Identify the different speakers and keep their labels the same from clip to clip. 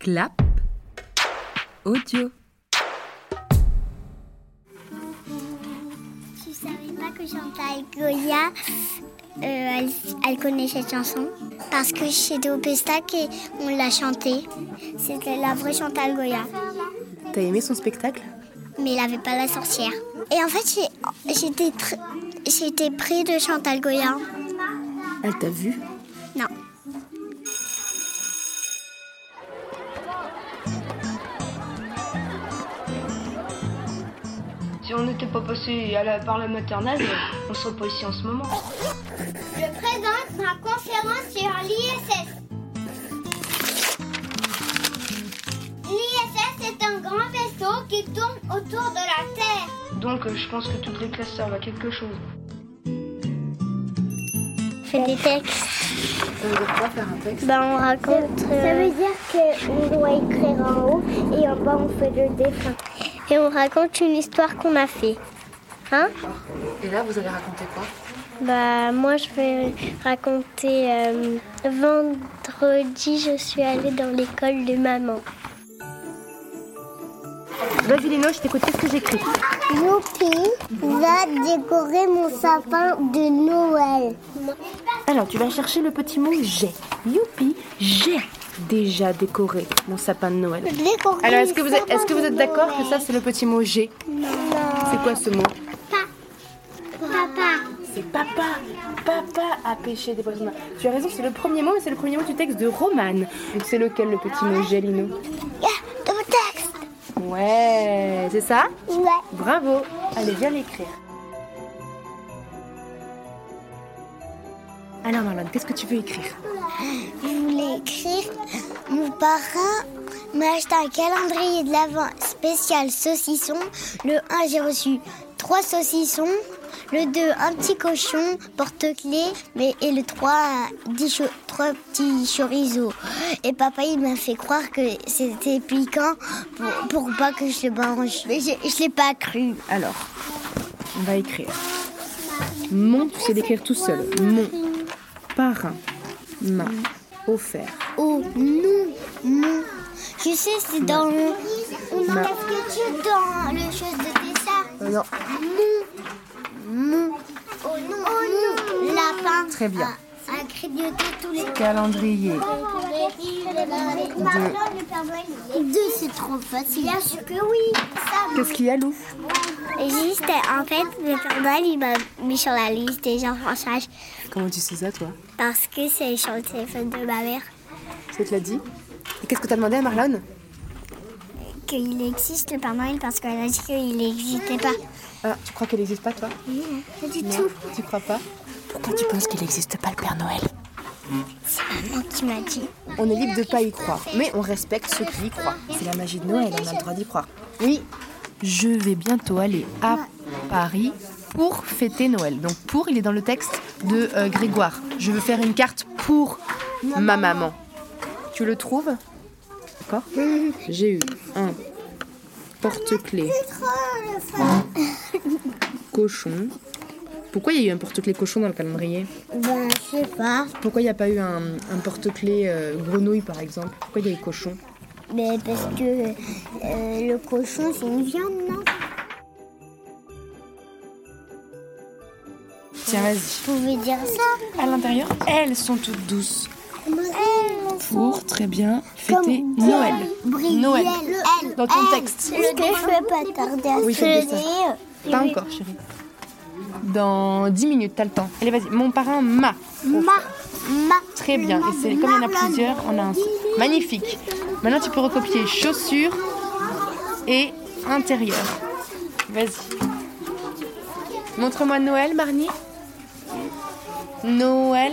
Speaker 1: Clap audio.
Speaker 2: Tu savais pas que Chantal Goya, euh, elle, elle connaît cette chanson Parce que j'étais au Pestac et on l'a chantée. C'était la vraie Chantal Goya,
Speaker 1: T'as aimé son spectacle
Speaker 2: mais il avait pas la sorcière. Et en fait, j'ai- j'étais tr- j'étais près de Chantal Goya.
Speaker 1: Elle t'a vu
Speaker 2: Non.
Speaker 3: Si on n'était pas passé à la, par la maternelle, on serait pas ici en ce moment.
Speaker 2: Je présente ma conférence sur l'ISS. L'ISS est un grand vaisseau qui tourne autour de la Terre.
Speaker 3: Donc euh, je pense que toutes les classes servent à quelque chose.
Speaker 2: fait des textes.
Speaker 1: Ça veut dire quoi faire un texte
Speaker 2: Ben, on raconte. Ça veut dire qu'on doit écrire en haut et en bas on fait le dessin. Et on raconte une histoire qu'on a fait. Hein
Speaker 1: Et là, vous allez raconter quoi
Speaker 2: Bah moi je vais raconter euh, vendredi je suis allée dans l'école de maman.
Speaker 4: Vas-y Léno, je t'écoute, qu'est-ce que j'écris
Speaker 2: Youpi va décorer mon sapin de Noël.
Speaker 4: Alors tu vas chercher le petit mot j'ai. Youpi, j'ai déjà décoré mon sapin de Noël. Alors est-ce que vous êtes, est-ce que vous êtes d'accord que ça c'est le petit mot j'ai C'est quoi ce mot
Speaker 2: Papa.
Speaker 4: C'est papa. Papa a pêché des poissons. Tu as raison, c'est le premier mot et c'est le premier mot du texte de Romane. Donc c'est lequel le petit mot j'ai Lino
Speaker 2: De mon texte.
Speaker 4: Ouais, c'est ça
Speaker 2: Ouais.
Speaker 4: Bravo. Allez, viens l'écrire. Alors Marlon, qu'est-ce que tu veux écrire
Speaker 2: Je voulais écrire Mon parrain m'a acheté un calendrier de l'Avent spécial saucisson. Le 1, j'ai reçu 3 saucissons. Le 2, un petit cochon porte-clés. Mais, et le 3, 3 petits chorizo. Et papa, il m'a fait croire que c'était piquant pour, pour pas que je le mange. Mais je, je l'ai pas cru.
Speaker 4: Alors, on va écrire. Mon, tu sais l'écrire tout seul. Mon parrain m'a offert
Speaker 2: Oh non, non. Je sais, c'est dans le. Non, est-ce que tu es dans le chose de dessert
Speaker 4: non.
Speaker 2: Mon. Oh non, mon lapin.
Speaker 4: Très bien.
Speaker 2: A, a grignoté tous les.
Speaker 4: calendrier
Speaker 2: Deux, c'est trop facile. Bien sûr que oui. Ça,
Speaker 4: Qu'est-ce qu'il y a, Lou
Speaker 2: Juste, en fait, le Père Noël, il m'a mis sur la liste des gens en charge
Speaker 4: Comment tu sais ça, toi
Speaker 2: parce que c'est sur le téléphone de ma mère
Speaker 4: Ça te l'a dit Et qu'est-ce que t'as demandé à Marlon
Speaker 2: qu'il existe le Père Noël parce qu'elle a dit qu'il n'existait pas.
Speaker 4: Ah, tu crois qu'il n'existe pas, toi
Speaker 2: Pas du tout.
Speaker 4: Tu crois pas Pourquoi tu penses qu'il n'existe pas, le Père Noël
Speaker 2: Maman qui m'a dit.
Speaker 4: On est libre de pas y croire, mais on respecte ceux qui y croient. C'est la magie de Noël, on a le droit d'y croire. Oui, je vais bientôt aller à Paris pour fêter Noël. Donc pour, il est dans le texte de euh, Grégoire. Je veux faire une carte pour ma maman. Tu le trouves D'accord J'ai eu un porte-clés cochon. Pourquoi il y a eu un porte-clés cochon dans le calendrier
Speaker 2: Ben, je sais pas.
Speaker 4: Pourquoi il n'y a pas eu un, un porte-clés euh, grenouille par exemple Pourquoi il y a eu cochon
Speaker 2: Mais parce que euh, le cochon, c'est une viande, non
Speaker 4: Tiens, vas-y.
Speaker 2: Vous pouvez dire ça
Speaker 4: À l'intérieur, elles sont toutes douces pour très bien fêter
Speaker 2: Comme
Speaker 4: Noël.
Speaker 2: Brielle,
Speaker 4: Noël.
Speaker 2: elle,
Speaker 4: Dans ton
Speaker 2: elle.
Speaker 4: texte.
Speaker 2: Est-ce que je peux pas tarder à
Speaker 4: Oui,
Speaker 2: te
Speaker 4: fais
Speaker 2: le
Speaker 4: le dessin.
Speaker 2: dire
Speaker 4: Pas encore, chérie. Dans 10 minutes, t'as le temps. Allez, vas-y. Mon parrain m'a.
Speaker 2: Ma, ma.
Speaker 4: Très bien. Et c'est comme il y en a plusieurs, on a un. Magnifique. Maintenant, tu peux recopier chaussures et intérieur. Vas-y. Montre-moi Noël, Marnie. Noël,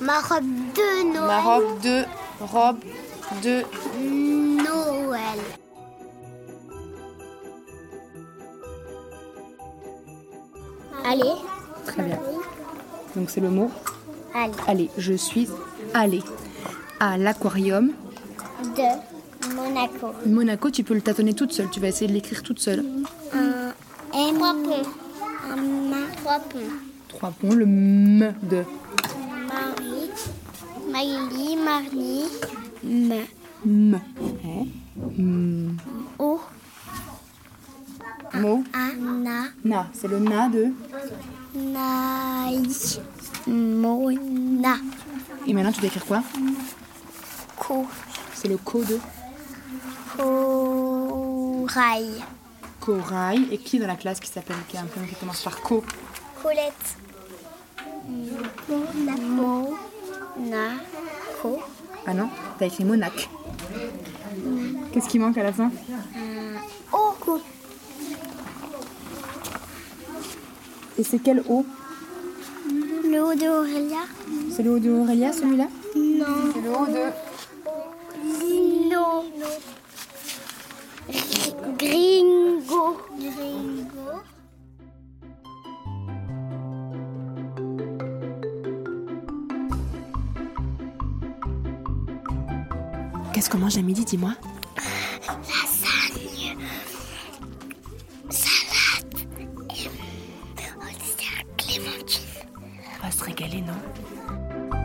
Speaker 2: Ma robe de Noël.
Speaker 4: ma robe de robe de
Speaker 2: Noël. Allez,
Speaker 4: Très bien. Donc c'est le mot
Speaker 2: allez.
Speaker 4: allez. Je suis allée à l'aquarium.
Speaker 2: De Monaco.
Speaker 4: Monaco, tu peux le tâtonner toute seule. Tu vas essayer de l'écrire toute seule.
Speaker 2: Un M. Trois ponts. Un ma- Trois ponts.
Speaker 4: Trois ponts, le m de
Speaker 2: Marie, Magali, Marnie,
Speaker 4: m. Hmm.
Speaker 2: O,
Speaker 4: Mot.
Speaker 2: A, Na,
Speaker 4: Na. C'est le na de.
Speaker 2: Naï, Mona,
Speaker 4: Et maintenant, tu dois écrire quoi
Speaker 2: Ko,
Speaker 4: C'est le ko de
Speaker 2: Koraï.
Speaker 4: corail. Et qui dans la classe qui s'appelle, qui a un prénom qui commence par ko
Speaker 2: Colette. Mo, Na, Ko,
Speaker 4: Ah non, t'as écrit monac. Qu'est-ce qui manque à la fin
Speaker 2: O, Ko,
Speaker 4: Et c'est quel O
Speaker 2: le O de Aurélia.
Speaker 4: C'est le O de Aurélia, celui-là
Speaker 2: Non.
Speaker 4: Le O de.
Speaker 2: Lino. Gringo. Gringo.
Speaker 1: Qu'est-ce qu'on mange à midi, dis-moi
Speaker 2: Lasagne. Salade. Et au dessert, clémentine.
Speaker 1: On va se régaler, non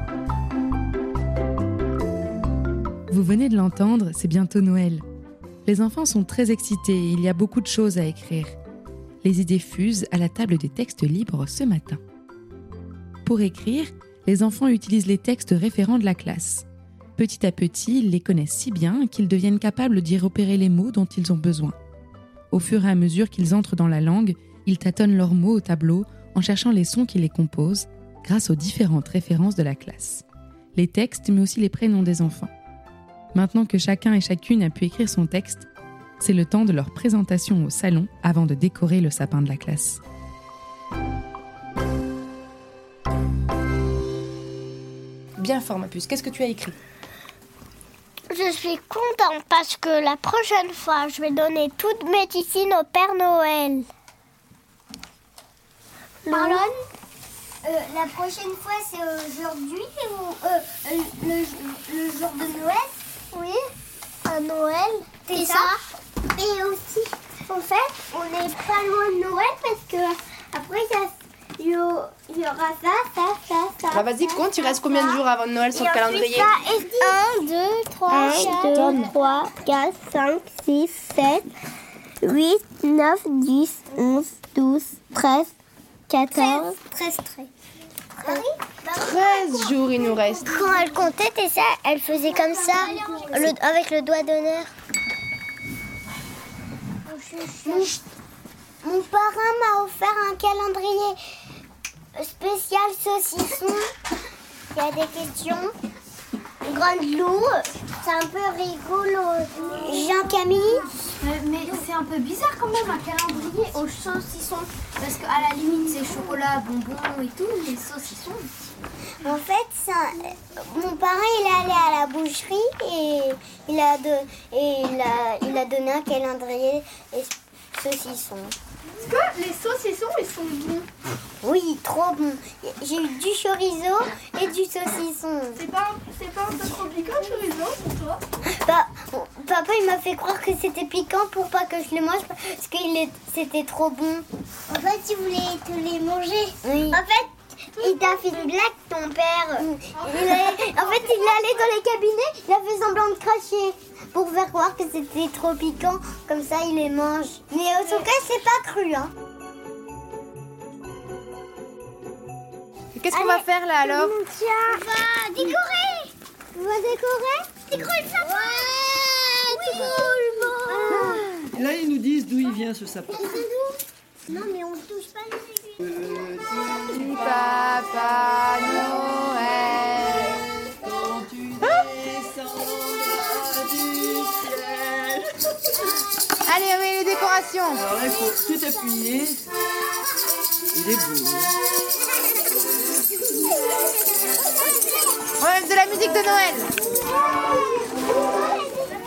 Speaker 5: Vous venez de l'entendre, c'est bientôt Noël. Les enfants sont très excités et il y a beaucoup de choses à écrire. Les idées fusent à la table des textes libres ce matin. Pour écrire, les enfants utilisent les textes référents de la classe. Petit à petit, ils les connaissent si bien qu'ils deviennent capables d'y repérer les mots dont ils ont besoin. Au fur et à mesure qu'ils entrent dans la langue, ils tâtonnent leurs mots au tableau en cherchant les sons qui les composent grâce aux différentes références de la classe. Les textes mais aussi les prénoms des enfants. Maintenant que chacun et chacune a pu écrire son texte, c'est le temps de leur présentation au salon avant de décorer le sapin de la classe.
Speaker 4: Bien, Formapuce, qu'est-ce que tu as écrit
Speaker 2: Je suis contente parce que la prochaine fois, je vais donner toutes mes tissues au Père Noël. Marlon Euh, La prochaine fois, c'est aujourd'hui ou euh, le, jour de Noël Oui, à Noël. C'est ça Et aussi, en fait, on est pas loin de Noël parce que après, il y a- il y, aura ça, ça, ça, ça.
Speaker 4: Bah vas-y,
Speaker 2: ça,
Speaker 4: compte, il
Speaker 2: ça,
Speaker 4: reste combien de
Speaker 2: ça.
Speaker 4: jours avant Noël sur le calendrier
Speaker 2: 1, 2, 3, 3, 4, 5, 6, 7, 8, 9, 10, 11, 12, 13, 14. 13, 13.
Speaker 4: 13 jours, il nous reste.
Speaker 2: Quand elle comptait, et ça, elle faisait comme ça, le- avec le doigt d'honneur. Mon, mon parrain m'a offert un calendrier spécial saucisson. Il y a des questions. Grande Lou, c'est un peu rigolo. Jean-Camille,
Speaker 6: Mais, mais c'est un peu bizarre quand même un calendrier aux saucissons. Parce qu'à la limite, c'est chocolat, bonbons et tout, mais saucissons.
Speaker 2: En fait, c'est un- mon parrain il est allé à la boucherie et il a, de- et il a, il a donné un calendrier et saucisson.
Speaker 6: Est-ce que les saucissons, ils sont bons
Speaker 2: Oui, trop bon. J'ai eu du chorizo et du saucisson.
Speaker 6: C'est pas, c'est pas un peu trop piquant, chorizo, pour toi
Speaker 2: Pa- papa il m'a fait croire que c'était piquant pour pas que je le mange parce que il est- c'était trop bon. En fait, il voulait te les manger. Oui. En fait, Mm. il t'a fait une blague, ton père. en fait, il est allé dans les cabinets, il a fait semblant de cracher pour faire croire que c'était trop piquant. Comme ça, il les mange. Mais en tout cas, c'est pas cru. Hein.
Speaker 4: Qu'est-ce qu'on va faire là alors
Speaker 2: Tiens, va décorer. On va décorer Décorer le sapin Ouais,
Speaker 7: Là, ils nous disent d'où il vient ce sapin.
Speaker 2: Non, mais on touche pas les aiguilles.
Speaker 4: Papa Noël.
Speaker 7: Quand tu descendras du ciel.
Speaker 4: Allez, oui, les décorations.
Speaker 7: Alors là, il faut tout appuyer. Il est beau. hein.
Speaker 4: On va mettre de la musique de Noël.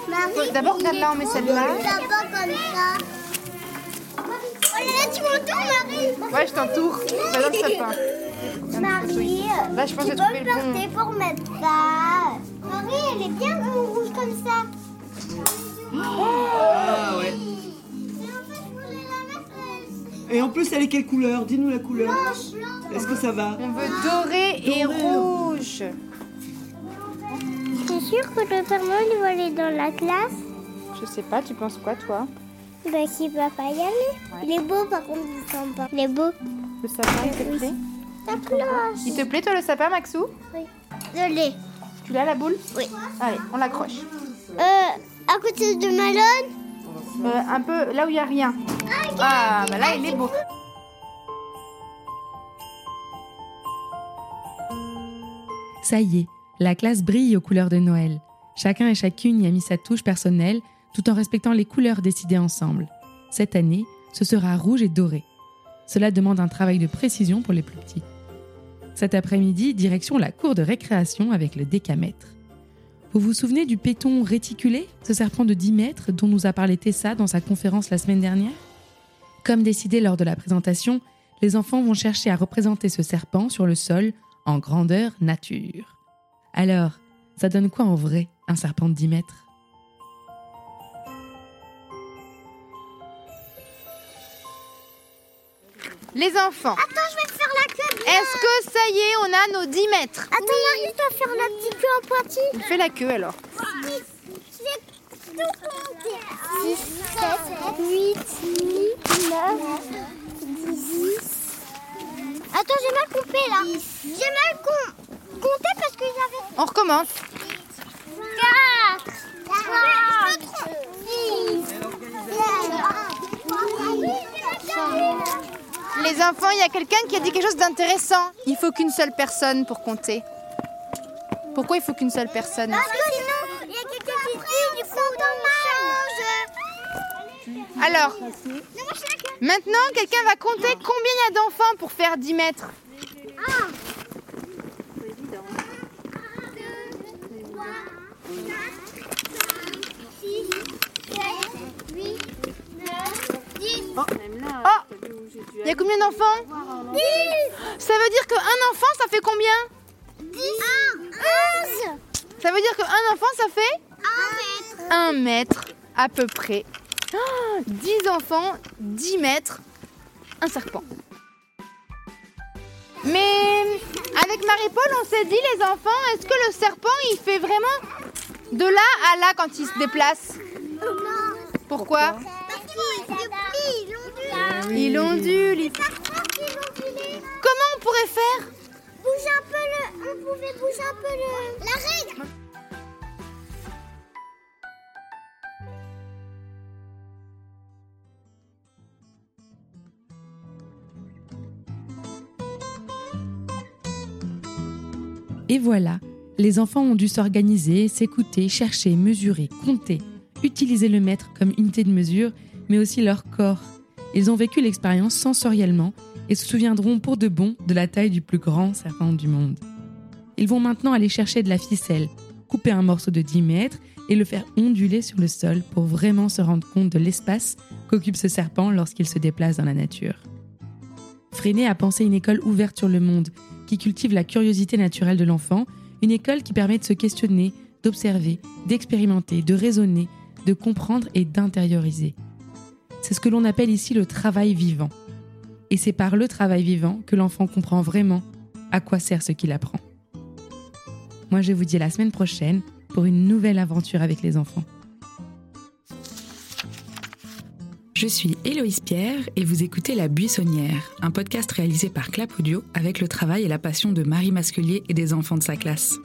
Speaker 2: Marie,
Speaker 4: D'abord, regarde-la, on met celle-là.
Speaker 2: ça va comme ça. Oh là là, tu m'entoures,
Speaker 4: Ouais, je t'entoure. J'adore le sapin.
Speaker 2: Marie. Marie,
Speaker 4: Là, je pense que
Speaker 2: tu
Speaker 4: j'ai
Speaker 2: peux
Speaker 4: trouvé
Speaker 2: me
Speaker 4: le bon.
Speaker 2: porter pour mettre ça. Marie, elle est bien en rouge comme ça.
Speaker 7: Ah ouais. Et en plus, elle est quelle couleur Dis-nous la couleur. Est-ce que ça va
Speaker 4: On veut doré et rouge.
Speaker 2: Je sûr que le Père Noël va aller dans la classe
Speaker 4: Je sais pas, tu penses quoi toi
Speaker 2: Bah, qu'il va pas y aller. Il est beau, par contre, il sent pas. Il est beau.
Speaker 4: Le sapin, il te plaît
Speaker 2: Ça cloche.
Speaker 4: Il te plaît toi le sapin, Maxou
Speaker 2: Je l'ai.
Speaker 4: Tu l'as la boule
Speaker 2: Oui.
Speaker 4: Allez, on l'accroche.
Speaker 2: Euh, à côté de Malone
Speaker 4: Euh, un peu là où il n'y a rien. Ah, bah là il est beau.
Speaker 5: Ça y est, la classe brille aux couleurs de Noël. Chacun et chacune y a mis sa touche personnelle tout en respectant les couleurs décidées ensemble. Cette année, ce sera rouge et doré. Cela demande un travail de précision pour les plus petits. Cet après-midi, direction la cour de récréation avec le décamètre. Vous vous souvenez du péton réticulé, ce serpent de 10 mètres dont nous a parlé Tessa dans sa conférence la semaine dernière Comme décidé lors de la présentation, les enfants vont chercher à représenter ce serpent sur le sol en grandeur nature. Alors, ça donne quoi en vrai, un serpent de 10 mètres
Speaker 4: Les enfants. Attends, je vais faire la queue. Est-ce que ça y est, on a nos 10 mètres
Speaker 2: Attends, Marie, doit faire la petite queue en pointille.
Speaker 4: On fait la queue alors.
Speaker 2: 6, 7, 8, 9, 10. Attends, j'ai mal compté là. J'ai mal com- compté parce que j'avais
Speaker 4: On recommence.
Speaker 2: 4, 3, 6, 7, 8,
Speaker 4: Les enfants, il y a quelqu'un qui a dit quelque chose d'intéressant. Il faut qu'une seule personne pour compter. Pourquoi il faut qu'une seule personne
Speaker 2: Parce que sinon, il y a quelqu'un qui dit du coup, on mange.
Speaker 4: Alors, maintenant, quelqu'un va compter combien il y a d'enfants pour faire 10 mètres. Oh Il y a combien d'enfants Ça veut dire qu'un enfant, ça fait combien
Speaker 2: 11
Speaker 4: Ça veut dire qu'un enfant, ça fait 1 mètre à peu près. Ah, 10 enfants, 10 mètres, un serpent. Mais avec Marie-Paul, on s'est dit, les enfants, est-ce que le serpent, il fait vraiment de là à là quand il se déplace Pourquoi Il ondule. il- Comment on pourrait faire
Speaker 2: Bouge un peu le. On pouvait bouger un peu le. La règle
Speaker 5: Et voilà, les enfants ont dû s'organiser, s'écouter, chercher, mesurer, compter, utiliser le mètre comme unité de mesure, mais aussi leur corps. Ils ont vécu l'expérience sensoriellement et se souviendront pour de bon de la taille du plus grand serpent du monde. Ils vont maintenant aller chercher de la ficelle, couper un morceau de 10 mètres et le faire onduler sur le sol pour vraiment se rendre compte de l'espace qu'occupe ce serpent lorsqu'il se déplace dans la nature. Freinet a pensé une école ouverte sur le monde, qui cultive la curiosité naturelle de l'enfant, une école qui permet de se questionner, d'observer, d'expérimenter, de raisonner, de comprendre et d'intérioriser. C'est ce que l'on appelle ici le travail vivant. Et c'est par le travail vivant que l'enfant comprend vraiment à quoi sert ce qu'il apprend. Moi, je vous dis à la semaine prochaine pour une nouvelle aventure avec les enfants.
Speaker 8: Je suis Héloïse Pierre et vous écoutez La Buissonnière, un podcast réalisé par Clap Audio avec le travail et la passion de Marie Masculier et des enfants de sa classe.